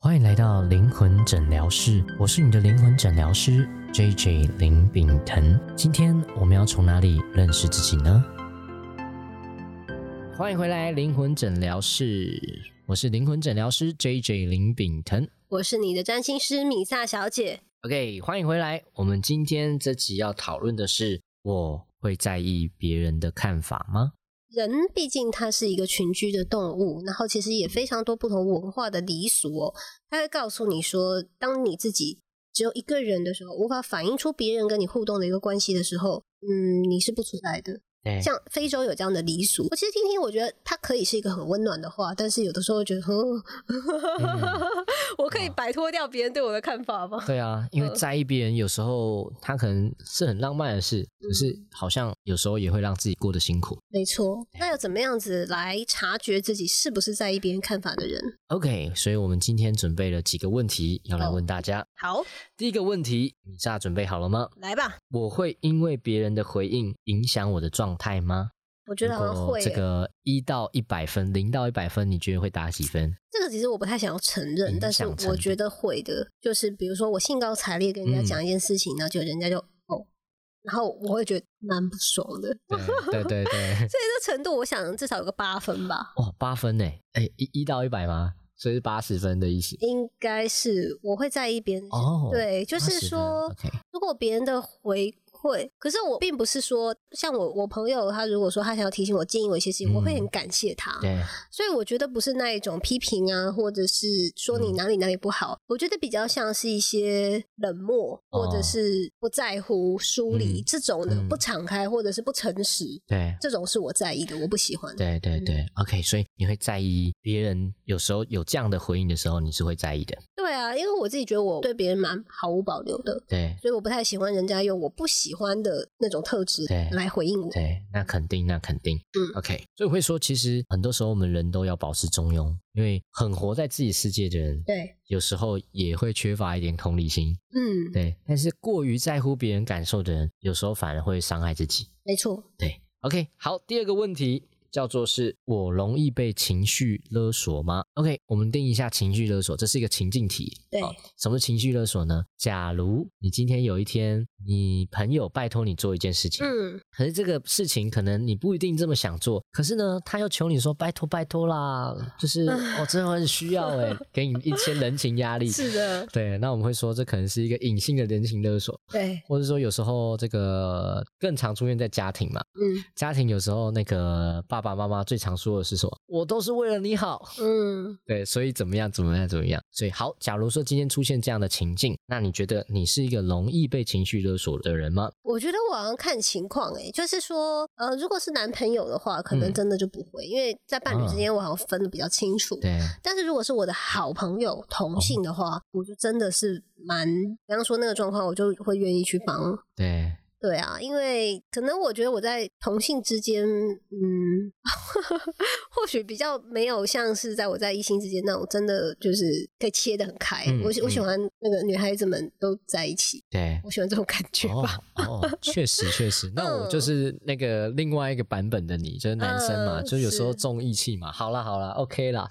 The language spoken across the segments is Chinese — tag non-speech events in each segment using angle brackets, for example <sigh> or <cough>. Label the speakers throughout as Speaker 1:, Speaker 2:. Speaker 1: 欢迎来到灵魂诊疗室，我是你的灵魂诊疗师 J J 林炳腾。今天我们要从哪里认识自己呢？欢迎回来，灵魂诊疗室，我是灵魂诊疗师 J J 林炳腾。
Speaker 2: 我是你的占星师米萨小姐。
Speaker 1: OK，欢迎回来。我们今天这集要讨论的是，我会在意别人的看法吗？
Speaker 2: 人毕竟它是一个群居的动物，然后其实也非常多不同文化的习俗哦。它会告诉你说，当你自己只有一个人的时候，无法反映出别人跟你互动的一个关系的时候，嗯，你是不存在的。
Speaker 1: 对
Speaker 2: 像非洲有这样的习俗，我其实听听，我觉得它可以是一个很温暖的话，但是有的时候会觉得，嗯， <laughs> 我可以摆脱掉别人对我的看法吗？
Speaker 1: 对啊，因为
Speaker 2: 嗯
Speaker 1: 在意别人有时候他可能是很浪漫的事，可是好像有时候也会让自己过得辛苦。
Speaker 2: 没错。那要怎么样子来察觉自己是不是在意别人看法的人？
Speaker 1: OK，所以我们今天准备了几个问题要
Speaker 2: 哦
Speaker 1: 来问大家。
Speaker 2: 好，
Speaker 1: 第一个问题，米莎准备好了吗？
Speaker 2: 来吧。
Speaker 1: 我会因为别人的回应影响我的状态吗？
Speaker 2: 我觉得好
Speaker 1: 如
Speaker 2: 像
Speaker 1: 果
Speaker 2: 会耶、
Speaker 1: 这个一到一百分，零到一百分，你觉得会打几分？
Speaker 2: <laughs> 这个其实我不太想要承认，
Speaker 1: 影
Speaker 2: 但是
Speaker 1: 响程
Speaker 2: 我觉得会的。就是比如说我兴高采烈跟人家
Speaker 1: 嗯
Speaker 2: 讲一件事情，然后就人家就哦，然后我会觉得蛮不爽的。
Speaker 1: 对对对对，
Speaker 2: 所以这程度，我想至少有个八分吧，
Speaker 1: 哇，八分呢？哎，一一到一百吗？所以是八十分的意思。
Speaker 2: 应该是我会在意别人。
Speaker 1: 哦，
Speaker 2: 对，就
Speaker 1: 80分，
Speaker 2: 是说，
Speaker 1: OK，
Speaker 2: 如果别人的回馈，可是我并不是说，像我我朋友他如果说他想要提醒我建议我一些事情，我会很感谢他。
Speaker 1: 嗯对，
Speaker 2: 所以我觉得不是那一种批评啊，或者是说
Speaker 1: 嗯
Speaker 2: 你哪里哪里不好，我觉得比较像是一些冷漠，
Speaker 1: 哦
Speaker 2: 或者是不在乎、疏离、
Speaker 1: 嗯
Speaker 2: 这种的，
Speaker 1: 嗯
Speaker 2: 不敞开或者是不诚实，
Speaker 1: 对。
Speaker 2: 这种是我在意的，我不喜欢。
Speaker 1: 对对
Speaker 2: 嗯
Speaker 1: 对、o k 所以你会在意别人有时候有这样的回应的时候，你是会在意的，
Speaker 2: 对啊，因为我自己觉得我对别人蛮毫无保留的，
Speaker 1: 对
Speaker 2: 所以我不太喜欢人家用我不喜欢的那种特质
Speaker 1: 对
Speaker 2: 来回应我。
Speaker 1: 对，那肯定，那肯定，
Speaker 2: 嗯
Speaker 1: ，OK。所以我会说，其实很多时候我们人都要保持中庸，因为很活在自己世界的人，
Speaker 2: 对，
Speaker 1: 有时候也会缺乏一点同理心，
Speaker 2: 嗯，
Speaker 1: 对。但是过于在乎别人感受的人，有时候反而会伤害自己，
Speaker 2: 没错。
Speaker 1: 对。OK，好，第二个问题叫做是我容易被情绪勒索吗？OK，我们定义一下情绪勒索，这是一个情境题。
Speaker 2: 对
Speaker 1: 好什么是情绪勒索呢？假如你今天有一天，你朋友拜托你做一件事情，
Speaker 2: 嗯，
Speaker 1: 可是这个事情可能你不一定这么想做，可是呢，他又求你说拜托拜托啦，就是我、哦、真的很需要
Speaker 2: <laughs>
Speaker 1: 哎，给你一些人情压力。
Speaker 2: 嗯是的，
Speaker 1: 对，那我们会说这可能是一个隐性的人情勒索，
Speaker 2: 对，
Speaker 1: 或者说有时候这个更常出现在家庭嘛，
Speaker 2: 嗯
Speaker 1: 家庭有时候那个爸爸妈妈最常说的是什么？我都是为了你
Speaker 2: <laughs>
Speaker 1: 好，
Speaker 2: 嗯，
Speaker 1: 对，所以怎么样，怎么样，怎么样？所以好，假如说今天出现这样的情境，那你觉得你是一个容易被情绪勒索的人吗？
Speaker 2: 我觉得我好像看情况诶、就是说，呃，如果是男朋友的话，可能
Speaker 1: 嗯啊
Speaker 2: 真的就不会，因为在伴侣之间，我好像分的比较清楚。
Speaker 1: 对，哦
Speaker 2: 但是如果是我的好朋友同性的话，我就真的是蛮，比方说那个状况，我就会愿意去帮。
Speaker 1: 对，
Speaker 2: 对啊，因为可能我觉得我在同性之间，嗯， <laughs> 或许比较没有像是在我在异性之间那种真的就是可以切的很开。
Speaker 1: 嗯
Speaker 2: 我喜我喜
Speaker 1: 嗯
Speaker 2: 欢那个女孩子们都在一起，
Speaker 1: 对。
Speaker 2: 我喜欢这种感觉吧。
Speaker 1: 哦哦，确实确
Speaker 2: <laughs>
Speaker 1: 实，那我
Speaker 2: 嗯
Speaker 1: 就是那个另外一个版本的你，就是男生嘛，
Speaker 2: 嗯
Speaker 1: 就有时候
Speaker 2: 是
Speaker 1: 重义气嘛。好啦好啦，OK 啦，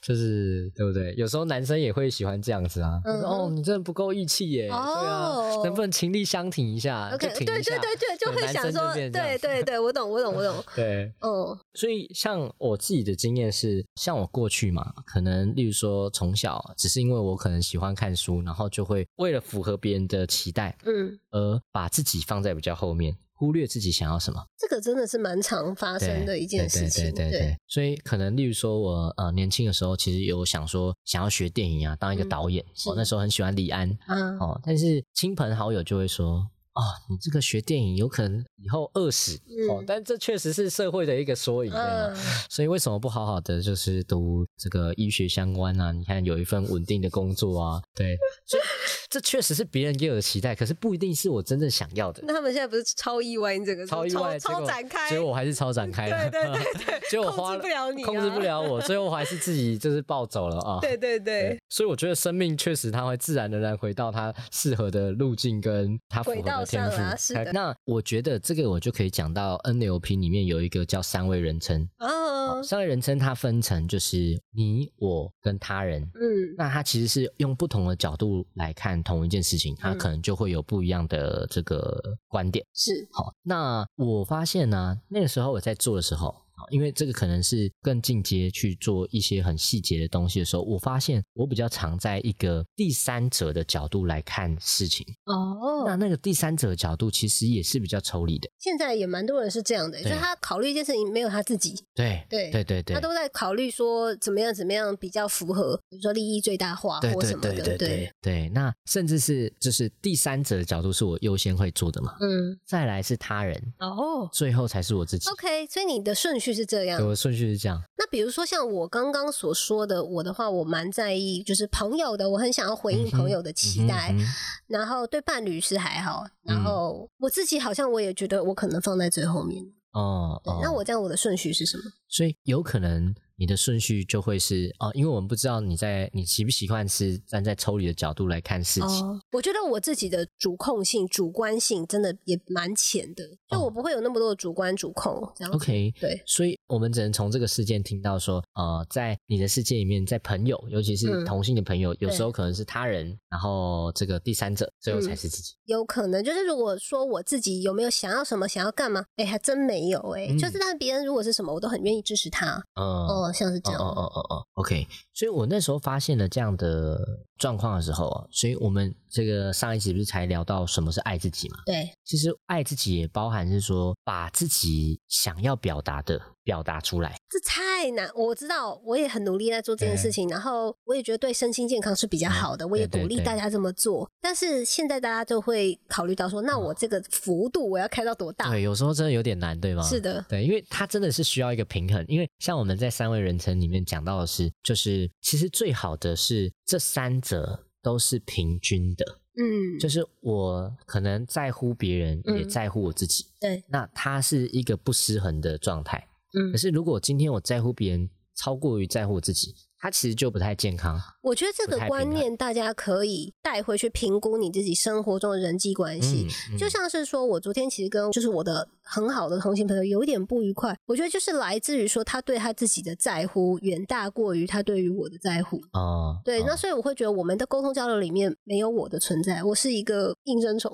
Speaker 1: 就是对不对？有时候男生也会喜欢这样子啊。
Speaker 2: 嗯
Speaker 1: 哦，你真的不够义气耶，对啊，
Speaker 2: 哦
Speaker 1: 能不能情力相挺一下
Speaker 2: OK，
Speaker 1: 就挺一
Speaker 2: 对对
Speaker 1: 下，
Speaker 2: 对对，就
Speaker 1: 对
Speaker 2: 会
Speaker 1: 男
Speaker 2: 想
Speaker 1: 生就
Speaker 2: 说，
Speaker 1: 变这样
Speaker 2: 对对对，我懂我懂我懂，
Speaker 1: <laughs> 对。
Speaker 2: 哦，
Speaker 1: 所以，像我自己的经验是，像我过去嘛，可能例如说从小，只是因为我可能喜欢看书，然后就会为了符合别人的期待，
Speaker 2: 嗯，
Speaker 1: 而把自己放在比较后面，忽略自己想要什么。
Speaker 2: 这个真的是蛮常发
Speaker 1: 对
Speaker 2: 生的一件事情，
Speaker 1: 对对对对对。所以可能例如说我呃年轻的时候，其实有想说想要学电影啊，当一个
Speaker 2: 嗯
Speaker 1: 导演。
Speaker 2: 是
Speaker 1: 我、那时候很喜欢李安
Speaker 2: 啊，
Speaker 1: 哦，但是亲朋好友就会说。哦，你这个学电影有可能以后饿死、哦
Speaker 2: 嗯，
Speaker 1: 但这确实是社会的一个缩影，对吗？
Speaker 2: 嗯，
Speaker 1: 所以为什么不好好的就是读这个医学相关啊？你看有一份稳定的工作啊，对，所以这确实是别人给我的期待，可是不一定是我真正想要的。
Speaker 2: 那他们现在不是超意外，你
Speaker 1: <laughs>
Speaker 2: 整个
Speaker 1: 超意外，结
Speaker 2: 超
Speaker 1: 果
Speaker 2: 展开，
Speaker 1: 结果我还是超展开了，
Speaker 2: 对对对对
Speaker 1: <laughs> 结果
Speaker 2: 控
Speaker 1: 花
Speaker 2: 制不了你啊
Speaker 1: 控制不了我，最后我还是自己就是暴走了啊。
Speaker 2: <laughs> 对对对，
Speaker 1: 所以我觉得生命确实它会自然而然回到它适合的路径跟它符合的天
Speaker 2: 轨道
Speaker 1: 赋。哎
Speaker 2: 上啊是的
Speaker 1: 那我觉得这个我就可以讲到 NLP 里面有一个叫三位人称，
Speaker 2: 啊，
Speaker 1: 三位人称它分成就是你、我跟他人。
Speaker 2: 嗯
Speaker 1: 那它其实是用不同的角度来看同一件事情，它
Speaker 2: 嗯
Speaker 1: 可能就会有不一样的这个观点。
Speaker 2: 是，
Speaker 1: 好，那我发现呢、那个时候我在做的时候，好因为这个可能是更进阶去做一些很细节的东西的时候，我发现我比较常在一个第三者的角度来看事情。那
Speaker 2: 哦，
Speaker 1: 那个第三者的角度其实也是比较抽离的。
Speaker 2: 现在也蛮多人是这样的，就
Speaker 1: 对
Speaker 2: 是他考虑一件事情没有他自己，
Speaker 1: 对
Speaker 2: 对
Speaker 1: 对对对
Speaker 2: 他，都在考虑说怎么样怎么样比较符合，比如说利益最大化
Speaker 1: 对
Speaker 2: 或
Speaker 1: 对
Speaker 2: 什么的，
Speaker 1: 对对对对。那甚至是就是第三者的角度是我优先会做的嘛，
Speaker 2: 嗯，
Speaker 1: 再来是他人，
Speaker 2: 哦
Speaker 1: 最后才是我自己。
Speaker 2: ，OK，所以你的顺序是这样
Speaker 1: 对，我。的顺序是这样。
Speaker 2: 那比如说像我刚刚所说的，我的话我蛮在意就是朋友的，我很想要回应朋友的期待，
Speaker 1: 嗯嗯哼嗯哼
Speaker 2: 然后对伴侣是还好，
Speaker 1: 嗯
Speaker 2: 然后我自己好像我也觉得我可能放在最后面。
Speaker 1: 哦
Speaker 2: 对
Speaker 1: 哦，
Speaker 2: 那我这样我的顺序是什么？
Speaker 1: 所以有可能你的顺序就会是哦，因为我们不知道你在你习不习惯是站在抽离的角度来看事情。
Speaker 2: 哦，我觉得我自己的主控性、主观性真的也蛮浅的，就
Speaker 1: 哦
Speaker 2: 我不会有那么多的主观主控。这样子
Speaker 1: OK，
Speaker 2: 对，
Speaker 1: 所以我们只能从这个事件听到说，呃，在你的世界里面，在朋友，尤其是
Speaker 2: 嗯
Speaker 1: 同性的朋友，有
Speaker 2: 对
Speaker 1: 时候可能是他人，然后这个第三者，最后才
Speaker 2: 嗯
Speaker 1: 是自己。
Speaker 2: 有可能就是如果说我自己有没有想要什么、想要干嘛，哎、还真没有哎、
Speaker 1: 嗯
Speaker 2: 就是但别人如果是什么，我都很愿意支持他。
Speaker 1: 嗯，
Speaker 2: 哦，像是这
Speaker 1: 哦
Speaker 2: 样。
Speaker 1: 哦哦哦哦，OK。所以我那时候发现了这样的状况的时候啊，所以我们这个上一集不是才聊到什么是爱自己嘛？
Speaker 2: 对，
Speaker 1: 其实爱自己也包含是说，把自己想要表达的表达出来。
Speaker 2: 这太难，我知道，我也很努力在做这件事情，然后我也觉得对身心健康是比较好的，我也
Speaker 1: 嗯对对
Speaker 2: 鼓励
Speaker 1: 对
Speaker 2: 大家这么做。但是现在大家就会考虑到说，那我这个幅度我要开到多大？
Speaker 1: 嗯对，有啊时候真的有点难，对吗？
Speaker 2: 是。的，
Speaker 1: 对，因为它真的是需要一个平衡，因为像我们在三位人称里面讲到的是，就是其实最好的是这三者都是平均的，
Speaker 2: 嗯，
Speaker 1: 就是我可能在乎别人，
Speaker 2: 嗯
Speaker 1: 也在乎我自己，
Speaker 2: 对，
Speaker 1: 那它是一个不失衡的状态。
Speaker 2: 嗯
Speaker 1: 可，是如果今天我在乎别人超过于在乎我自己，它其实就不太健康。
Speaker 2: 我觉得这个观念大家可以带回去评估你自己生活中的人际关系。
Speaker 1: 嗯
Speaker 2: 就像是说，我昨天其实跟就是我的很好的同行朋友有一点不愉快，我觉得就是来自于说他对他自己的在乎远大过于他对于我的在乎。
Speaker 1: 哦，
Speaker 2: 对，
Speaker 1: 哦
Speaker 2: 那所以我会觉得我们的沟通交流里面没有我的存在，我是一个应声虫，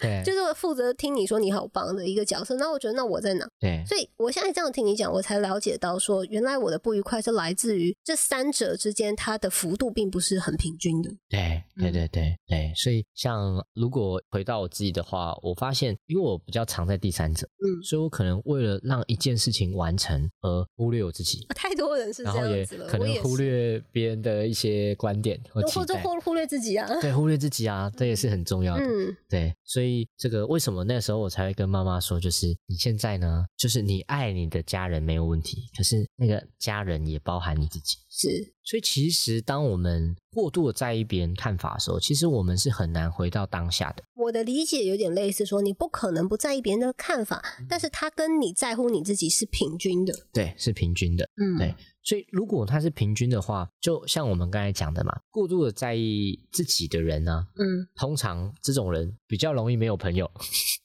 Speaker 1: 对
Speaker 2: <laughs> 就是我负责听你说你好棒的一个角色。那我觉得那我在哪？
Speaker 1: 对
Speaker 2: 所以我现在这样听你讲，我才了解到说，原来我的不愉快是来自于这三者之间它的幅度并不是很平均的。 <laughs>
Speaker 1: 对对
Speaker 2: 嗯
Speaker 1: 对对对，所以像如果回到我自己的话，我发现因为我比较常在第三者，
Speaker 2: 嗯
Speaker 1: 所以我可能为了让一件事情完成而忽略我自己，
Speaker 2: 太多 <laughs> 人是这
Speaker 1: 然后也
Speaker 2: 样子了，
Speaker 1: 可
Speaker 2: 我也
Speaker 1: 能忽
Speaker 2: 是，
Speaker 1: 略别人的一些观点或期
Speaker 2: 或者
Speaker 1: 待，
Speaker 2: 忽忽略自己啊。
Speaker 1: 对，忽略自己啊，这也是很重要的。
Speaker 2: 嗯，
Speaker 1: 对，所以这个为什么那时候我才会跟妈妈说，就是你现在呢，就是你爱你的家人没有问题，可是那个家人也包含你自己。
Speaker 2: 是，
Speaker 1: 所以其实当我们过度的在意别人看法的时候，其实我们是很难回到当下的。
Speaker 2: 我的理解有点类似说，你不可能不在意别人的看法，
Speaker 1: 嗯
Speaker 2: 但是他跟你在乎你自己是平均的。
Speaker 1: 对，是平均的。
Speaker 2: 嗯，
Speaker 1: 对所以如果它是平均的话，就像我们刚才讲的嘛，过度的在意自己的人呢、
Speaker 2: 嗯，
Speaker 1: 通常这种人比较容易没有朋友。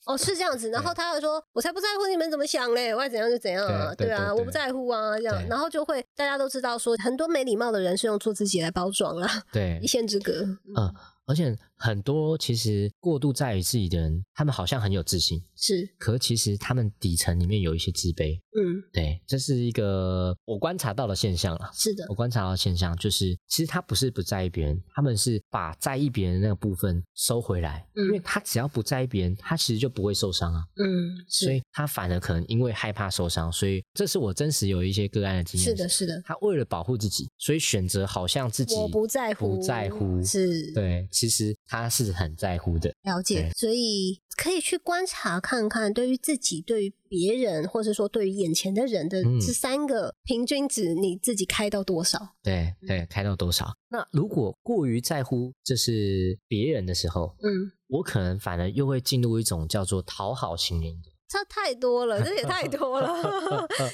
Speaker 2: 哦，是这样子。然后他又说：“我才不在乎你们怎么想嘞，我爱怎样就怎样啊，
Speaker 1: 对对
Speaker 2: 啊，
Speaker 1: 对对
Speaker 2: 我不在乎啊。”这样，
Speaker 1: 对
Speaker 2: 然后就会大家都知道说，很多没礼貌的人是用做自己来包装啦，
Speaker 1: 对
Speaker 2: 一，线之隔。嗯，
Speaker 1: 嗯，而且很多其实过度在意自己的人，他们好像很有自信，
Speaker 2: 是，
Speaker 1: 可其实他们底层里面有一些自卑。
Speaker 2: 嗯，
Speaker 1: 对，这是一个我观察到的现象啊啦。
Speaker 2: 是的
Speaker 1: 我，观察到的现象就是，其实他不是不在意别人，他们是把在意别人的那个部分收回来，
Speaker 2: 嗯
Speaker 1: 因为他只要不在意别人，他其实就不会受伤啊。
Speaker 2: 嗯，
Speaker 1: 所
Speaker 2: 是，
Speaker 1: 以他反而可能因为害怕受伤，所以这是我真实有一些个案的经验。
Speaker 2: 是的，，是的，
Speaker 1: 他为了保护自己，所以选择好像自己
Speaker 2: 我不在乎，
Speaker 1: 不在乎
Speaker 2: 是，
Speaker 1: 对，其实他是很在乎的。
Speaker 2: 了解
Speaker 1: 对，
Speaker 2: 所以可以去观察看看，对于自己、对于别人，或者说对于眼前的人的
Speaker 1: 嗯
Speaker 2: 这三个平均值，你自己开到多少？
Speaker 1: 对对，开到多少？那如果过于在乎就是别人的时候，
Speaker 2: 嗯，
Speaker 1: 我可能反而又会进入一种叫做讨好型人格。
Speaker 2: 这太多了，这也太
Speaker 1: <laughs>
Speaker 2: 多了，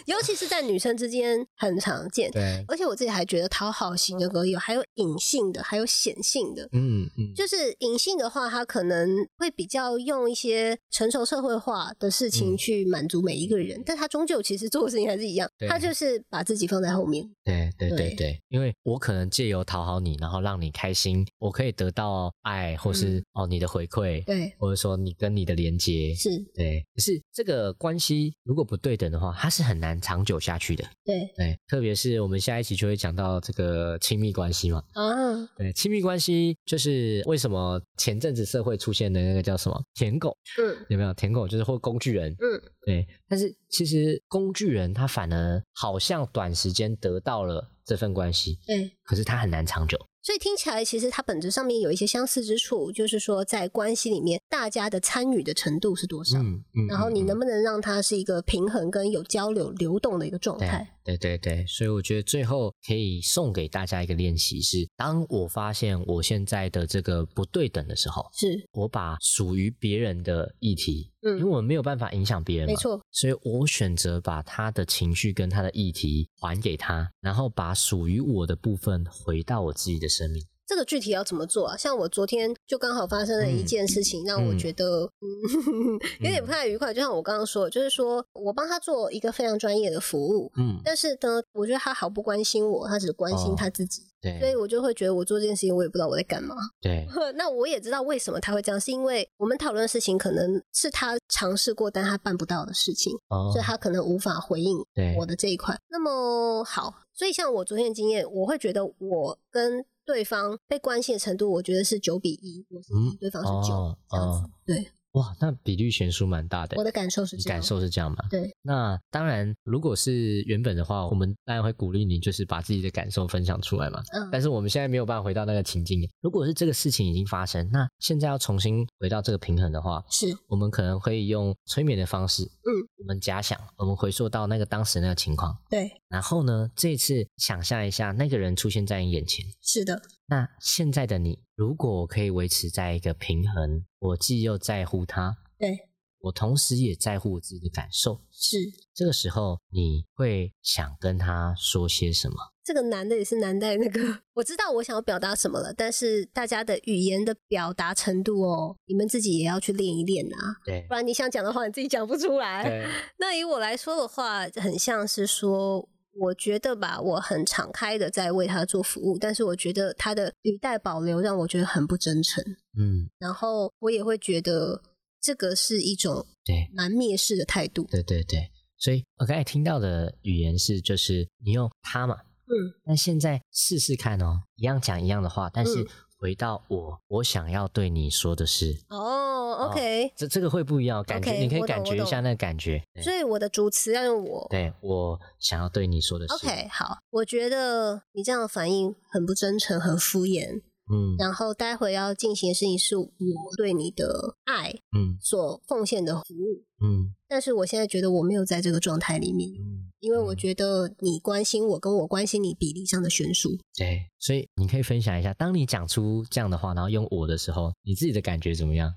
Speaker 2: 尤其是在女生之间很常见。
Speaker 1: 对，
Speaker 2: 而且我自己还觉得讨好型人格有，还有隐性的，还有显性的。
Speaker 1: 嗯嗯，
Speaker 2: 就是隐性的话，他可能会比较用一些成熟社会化的事情
Speaker 1: 嗯
Speaker 2: 去满足每一个人，但他终究其实做的事情还是一样，
Speaker 1: 对
Speaker 2: 他就是把自己放在后面。
Speaker 1: 对对对
Speaker 2: 对
Speaker 1: 对，因为我可能借由讨好你，然后让你开心，我可以得到爱，或是、哦你的回馈，
Speaker 2: 嗯对，
Speaker 1: 或者说你跟你的连接。
Speaker 2: 是，
Speaker 1: 对，可是这个关系如果不对等的话，它是很难长久下去的。
Speaker 2: 对
Speaker 1: 对，特别是我们下一期就会讲到这个亲密关系嘛。
Speaker 2: 啊，
Speaker 1: 对，亲密关系就是为什么前阵子社会出现的那个叫什么舔狗，
Speaker 2: 嗯
Speaker 1: 有没有？舔狗就是或工具人，
Speaker 2: 嗯，
Speaker 1: 对。但是其实工具人他反而好像短时间得到了这份关系，
Speaker 2: 对。
Speaker 1: 可是他很难长久。
Speaker 2: 所以听起来，其实它本质上面有一些相似之处，就是说在关系里面，大家的参与的程度是多少，
Speaker 1: 嗯嗯
Speaker 2: 然后你能不能让它是一个平衡跟有交流流动的一个状
Speaker 1: 对
Speaker 2: 态。
Speaker 1: 对对对，所以我觉得最后可以送给大家一个练习是：当我发现我现在的这个不对等的时候，
Speaker 2: 是，
Speaker 1: 我把属于别人的议题，因为
Speaker 2: 嗯，
Speaker 1: 我们没有办法影响别人嘛
Speaker 2: 没，错，
Speaker 1: 所以我选择把他的情绪跟他的议题还给他，然后把属于我的部分回到我自己的生命。
Speaker 2: 这个具体要怎么做啊？像我昨天就刚好发生了一
Speaker 1: 嗯
Speaker 2: 件事情，让我觉得嗯 <laughs> 有点不太愉快。就像我刚刚说的，就是说我帮他做一个非常专业的服务，
Speaker 1: 嗯，
Speaker 2: 但是呢，我觉得他好不关心我，他只关心他自己，所以
Speaker 1: 哦对
Speaker 2: 我就会觉得我做这件事情，我也不知道我在干嘛。 <laughs>
Speaker 1: 对
Speaker 2: 那我也知道为什么他会这样，是因为我们讨论的事情可能是他尝试过，但他办不到的事情，
Speaker 1: 哦
Speaker 2: 所以他可能无法回应
Speaker 1: 对
Speaker 2: 我的这一块。那么好，所以像我昨天的经验，我会觉得我跟对方被关心的程度，我觉得是九比一，我是
Speaker 1: 嗯
Speaker 2: 对方是九、
Speaker 1: 哦
Speaker 2: 这样子。
Speaker 1: 哦
Speaker 2: 对，
Speaker 1: 哇，那比率悬殊蛮大的
Speaker 2: 我。的感受是
Speaker 1: 你
Speaker 2: 这样。
Speaker 1: 感受是这样吗？
Speaker 2: 对。
Speaker 1: 那当然，如果是原本的话，我们当然会鼓励你，就是把自己的感受分享出来嘛。
Speaker 2: 嗯
Speaker 1: 但是我们现在没有办法回到那个情境。如果是这个事情已经发生，那现在要重新回到这个平衡的话，
Speaker 2: 是
Speaker 1: 我们可能会用催眠的方式，嗯，我们假想，我们回溯到那个当时那个情况，
Speaker 2: 对，
Speaker 1: 然后呢，这一次想象一下那个人出现在你眼前，
Speaker 2: 是的，
Speaker 1: 那现在的你，如果我可以维持在一个平衡，我既又在乎他，
Speaker 2: 对，
Speaker 1: 我同时也在乎我自己的感受，
Speaker 2: 是
Speaker 1: 这个时候你会想跟他说些什么？
Speaker 2: 这个男的也是难在那个， <laughs> 我知道我想要表达什么了，但是大家的语言的表达程度哦，你们自己也要去练一练啊，
Speaker 1: 对
Speaker 2: 不然你想讲的话，你自己讲不出来。
Speaker 1: 对
Speaker 2: 那以我来说的话，很像是说，我觉得吧，我很敞开的在为他做服务，但是我觉得他的语带保留让我觉得很不真诚，
Speaker 1: 嗯，
Speaker 2: 然后我也会觉得这个是一种
Speaker 1: 对
Speaker 2: 蛮蔑视的态度。
Speaker 1: 对对对。所以我刚才听到的语言是，就是你用他嘛，
Speaker 2: 嗯，
Speaker 1: 那现在试试看哦，一样讲一样的话，但是
Speaker 2: 嗯
Speaker 1: 回到我，我想要对你说的是，
Speaker 2: 哦，OK，
Speaker 1: 这这个会不一样，感觉
Speaker 2: OK，
Speaker 1: 你可以
Speaker 2: 我懂
Speaker 1: 感觉一下那个感觉。对
Speaker 2: 所以我的主词要用我。
Speaker 1: 对我想要对你说的是
Speaker 2: OK，好，我觉得你这样的反应很不真诚，很敷衍。
Speaker 1: 嗯
Speaker 2: 然后待会要进行的事情是我对你的爱
Speaker 1: 嗯
Speaker 2: 所奉献的服务。
Speaker 1: 嗯
Speaker 2: 但是我现在觉得我没有在这个状态里面，
Speaker 1: 嗯，
Speaker 2: 因为我
Speaker 1: 嗯
Speaker 2: 觉得你关心我跟我关心你比例上的悬殊。
Speaker 1: 对，所以你可以分享一下，当你讲出这样的话，然后用我的时候，你自己的感觉怎么
Speaker 2: <laughs>
Speaker 1: 样？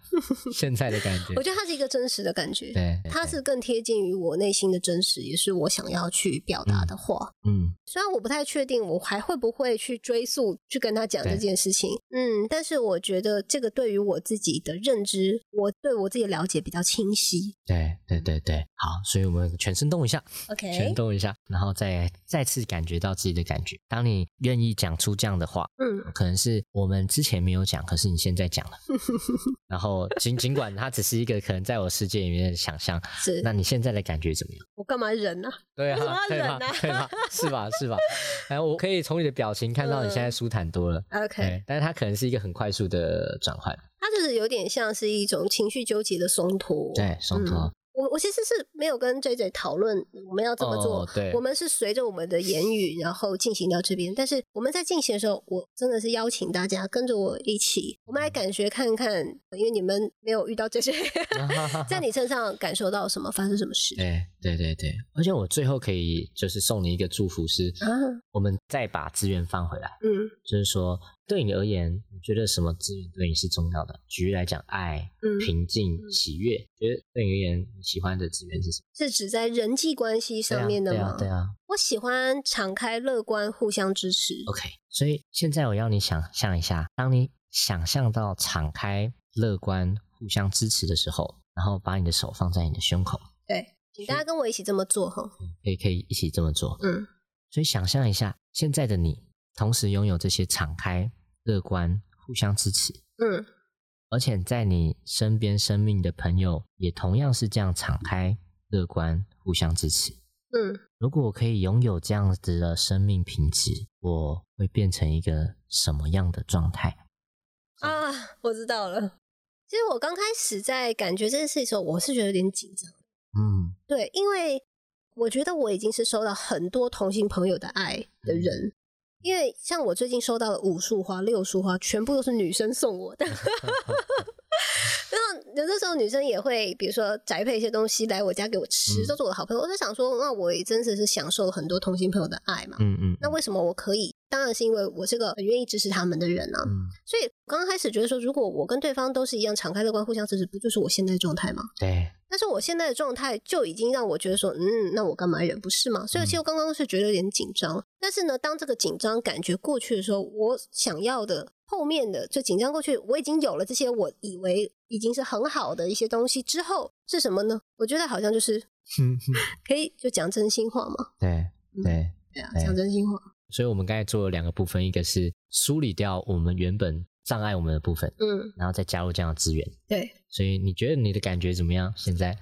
Speaker 1: 现在的感觉
Speaker 2: 我，觉得它是一个真实的感觉，
Speaker 1: 对，对
Speaker 2: 它
Speaker 1: 对
Speaker 2: 是更贴近于我内心的真实，也是我想要去表达的话。
Speaker 1: 嗯
Speaker 2: 虽然我不太确定我还会不会去追溯去跟他讲
Speaker 1: 对
Speaker 2: 这件事情，嗯，但是我觉得这个对于我自己的认知，我对我自己的了解比较清晰。
Speaker 1: 对对对对，好，所以我们全身动一下。全
Speaker 2: OK，
Speaker 1: 动一下，然后再再次感觉到自己的感觉。当你愿意讲出这样的话，
Speaker 2: 嗯，
Speaker 1: 可能是我们之前没有讲，可是你现在讲
Speaker 2: <laughs>
Speaker 1: 了。然后尽尽管它只是一个可能在我世界里面的想象，
Speaker 2: 是
Speaker 1: 那你现在的感觉怎么样？
Speaker 2: 我干嘛忍呢、
Speaker 1: 对
Speaker 2: 为什么
Speaker 1: 啊
Speaker 2: 要，
Speaker 1: 对
Speaker 2: 忍
Speaker 1: 吧
Speaker 2: 呢？
Speaker 1: <laughs> 对吧？是吧？
Speaker 2: <laughs>
Speaker 1: 是吧？哎，我可以从你的表情看到你现在舒坦多了。
Speaker 2: 啊、？OK，
Speaker 1: 对，但是它可能是一个很快速的转换。
Speaker 2: 哦它就是有点像是一种情绪纠结的松脱。
Speaker 1: 对，松脱。
Speaker 2: 嗯我我其实是没有跟 J J 讨论我们要怎么做，
Speaker 1: 哦对
Speaker 2: 我们是随着我们的言语然后进行到这边。但是我们在进行的时候，我真的是邀请大家跟着我一起，
Speaker 1: 嗯
Speaker 2: 我们来感觉看看，因为你们没有遇
Speaker 1: <laughs>
Speaker 2: 到 J J，在嗯你身上感受到什么，发生什么事
Speaker 1: 对对对对，而且我最后可以就是送你一个祝福是，
Speaker 2: 啊？
Speaker 1: 我们再把资源放回来，
Speaker 2: 嗯
Speaker 1: 就是说对你而言，你觉得什么资源对你是重要的？举例来讲，爱、
Speaker 2: 嗯，
Speaker 1: 平静、
Speaker 2: 嗯
Speaker 1: 喜悦，觉得对你而言你喜欢的资源是什么？
Speaker 2: 是指在人际关系
Speaker 1: 对
Speaker 2: 上
Speaker 1: 啊
Speaker 2: 面的
Speaker 1: 对
Speaker 2: 吗
Speaker 1: 啊？对啊
Speaker 2: 我喜欢敞开、乐观、互相支持。
Speaker 1: ，OK。所以现在我要你想象一下，当你想象到敞开、乐观、互相支持的时候，然后把你的手放在你的胸口，
Speaker 2: 对，请大家跟我一起这么做哈。
Speaker 1: 可以可以一起这么做。
Speaker 2: 嗯
Speaker 1: 所以想象一下，现在的你同时拥有这些敞开、乐观、互相支持，
Speaker 2: 嗯
Speaker 1: 而且在你身边生命的朋友也同样是这样敞开、乐观、互相支持。
Speaker 2: 嗯，
Speaker 1: 如果我可以拥有这样子的生命品质，我会变成一个什么样的状态？
Speaker 2: 啊，我知道了。其实我刚开始在感觉这件事情的时候，我是觉得有点紧张。
Speaker 1: 嗯，
Speaker 2: 对，因为我觉得我已经是收到很多同性朋友的爱的
Speaker 1: 嗯
Speaker 2: 人。因为像我最近收到了五束花、六束花，全部都是女生
Speaker 1: <laughs>
Speaker 2: 送我的。然后有的时候女生也会，比如说宅配一些东西来我家给我吃，
Speaker 1: 嗯
Speaker 2: 都是我的好朋友。我在想说，那我也真的是享受了很多同性朋友的爱嘛。
Speaker 1: 嗯嗯，
Speaker 2: 那为什么我可以？当然是因为我是个很愿意支持他们的人啊。
Speaker 1: 嗯，
Speaker 2: 所以我刚开始觉得说，如果我跟对方都是一样敞开乐观、互相支持，不就是我现在的状态吗？
Speaker 1: 对，
Speaker 2: 但是我现在的状态就已经让我觉得说，嗯，那我干嘛忍，不是吗？所以其实我刚刚是觉得有点紧张，但是呢，当这个紧张感觉过去的时候，我想要的后面的就紧张过去，我已经有了这些我以为已经是很好的一些东西之后是什么呢？我觉得好像就是可以就讲真心话嘛，
Speaker 1: <laughs> 对嗯对。
Speaker 2: 对啊，
Speaker 1: 对
Speaker 2: 讲真心话，
Speaker 1: 所以我们刚才做了两个部分，一个是梳理掉我们原本障碍我们的部分，
Speaker 2: 嗯，
Speaker 1: 然后再加入这样的资源。
Speaker 2: 对，
Speaker 1: 所以你觉得你的感觉怎么样？现在？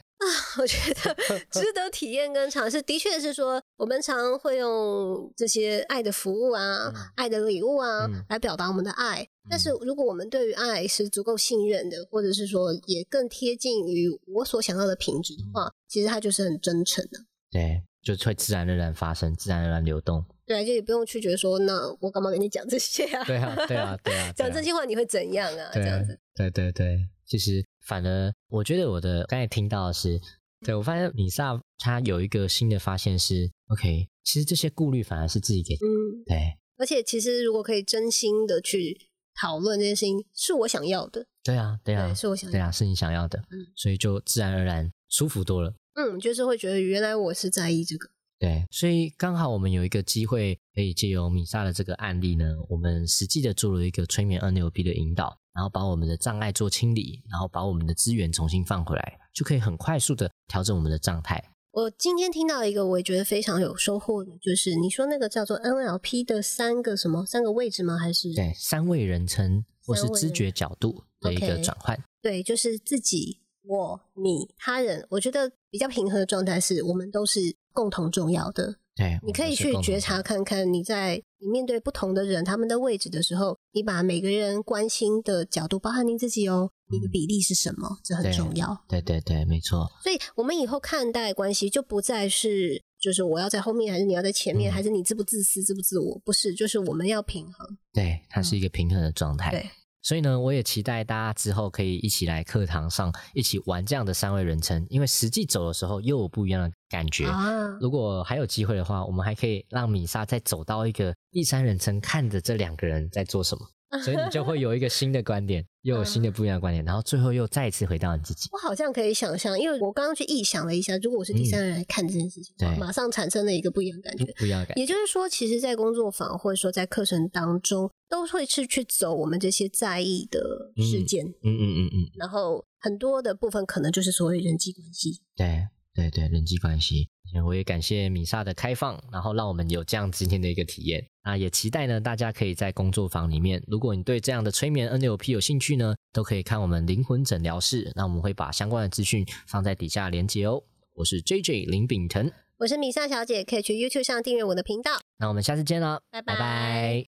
Speaker 2: 我觉得
Speaker 1: <laughs>
Speaker 2: 值得体验跟尝试，的确是说，我们常会用这些爱的服务啊、
Speaker 1: 嗯
Speaker 2: 爱的礼物啊、
Speaker 1: 嗯
Speaker 2: 来表达我们的爱。但是，如果我们对于爱是足够信任的，或者是说也更贴近于我所想要的品质的
Speaker 1: 嗯
Speaker 2: 话，其实它就是很真诚的。
Speaker 1: 对，就会自然而然发生，自然而然流动。
Speaker 2: 对啊，就也不用去觉得说，那我干嘛跟你讲这些 <laughs> 啊？
Speaker 1: 对啊，对啊，对啊，
Speaker 2: 讲
Speaker 1: 对
Speaker 2: 这
Speaker 1: 啊
Speaker 2: 些话你会怎样啊？这
Speaker 1: 对
Speaker 2: 样
Speaker 1: 啊
Speaker 2: 子，
Speaker 1: 对对对，其实反而我觉得我的刚才听到的是，对我发现米萨他有一个新的发现是，OK，其实这些顾虑反而是自己给。
Speaker 2: 嗯。
Speaker 1: 对
Speaker 2: 而且，其实如果可以真心的去讨论这件事情，是我想要的，
Speaker 1: 对啊，对啊
Speaker 2: 对，，是我想要的
Speaker 1: 对啊，是你想要的
Speaker 2: 嗯，
Speaker 1: 所以就自然而然舒服多了。
Speaker 2: 嗯，就是会觉得原来我是在意这个。
Speaker 1: 对，所以刚好我们有一个机会，可以借由米萨的这个案例呢，我们实际的做了一个催眠 NLP 的引导，然后把我们的障碍做清理，然后把我们的资源重新放回来，就可以很快速的调整我们的状态。
Speaker 2: 我今天听到一个我也觉得非常有收获的，就是你说那个叫做 NLP 的三个什么三个位置吗？还是
Speaker 1: 对，三位人称或是
Speaker 2: 三位
Speaker 1: 知觉
Speaker 2: 人
Speaker 1: 角度的一个
Speaker 2: OK
Speaker 1: 转换。
Speaker 2: 对就是自己、我、你、他人。我觉得比较平衡的状态是我们都是共同重要的。
Speaker 1: 对，
Speaker 2: 你可以去觉察看看，你在你面对不同的人他们的位置的时候，你把每个人关心的角度，包含你自己哦，你的
Speaker 1: 嗯
Speaker 2: 比例是什么？这很
Speaker 1: 对
Speaker 2: 重要。
Speaker 1: 对对对，没错。
Speaker 2: 所以我们以后看待关系就不再是就是我要在后面，还是你要在前面，
Speaker 1: 嗯
Speaker 2: 还是你自不自私、自不自我，不是，就是我们要平衡。
Speaker 1: 对，它是一个平衡的状态。
Speaker 2: 嗯对，
Speaker 1: 所以呢，我也期待大家之后可以一起来课堂上一起玩这样的三位人称，因为实际走的时候又有不一样的感觉。
Speaker 2: 啊，
Speaker 1: 如果还有机会的话，我们还可以让米莎再走到一个第三人称，看着这两个人在做什么，所以你就会有一个新的观点，又有新的不一样的观点，然后最后又再一次回到你自己。
Speaker 2: 我好像可以想象，因为我刚刚去臆想了一下，如果我是第三人来看这件事情的话，
Speaker 1: 嗯对嗯
Speaker 2: 马上产生了一个不一样的感觉。
Speaker 1: 不一样的感觉，
Speaker 2: 也就是说，其实，在工作坊或者说在课程当中，都会是去走我们这些在意的事件，
Speaker 1: 嗯嗯嗯嗯，
Speaker 2: 然后很多的部分可能就是所谓人际关系。
Speaker 1: 对对对，人际关系。我也感谢米莎的开放，然后让我们有这样今天的一个体验。那也期待呢，大家可以在工作坊里面，如果你对这样的催眠 NLP 有兴趣呢，都可以看我们灵魂诊疗室。那我们会把相关的资讯放在底下连接哦。我是 JJ 林炳腾，
Speaker 2: 我是米莎小姐，可以去 YouTube 上订阅我的频道。
Speaker 1: 那我们下次见啦，
Speaker 2: 拜拜
Speaker 1: 拜拜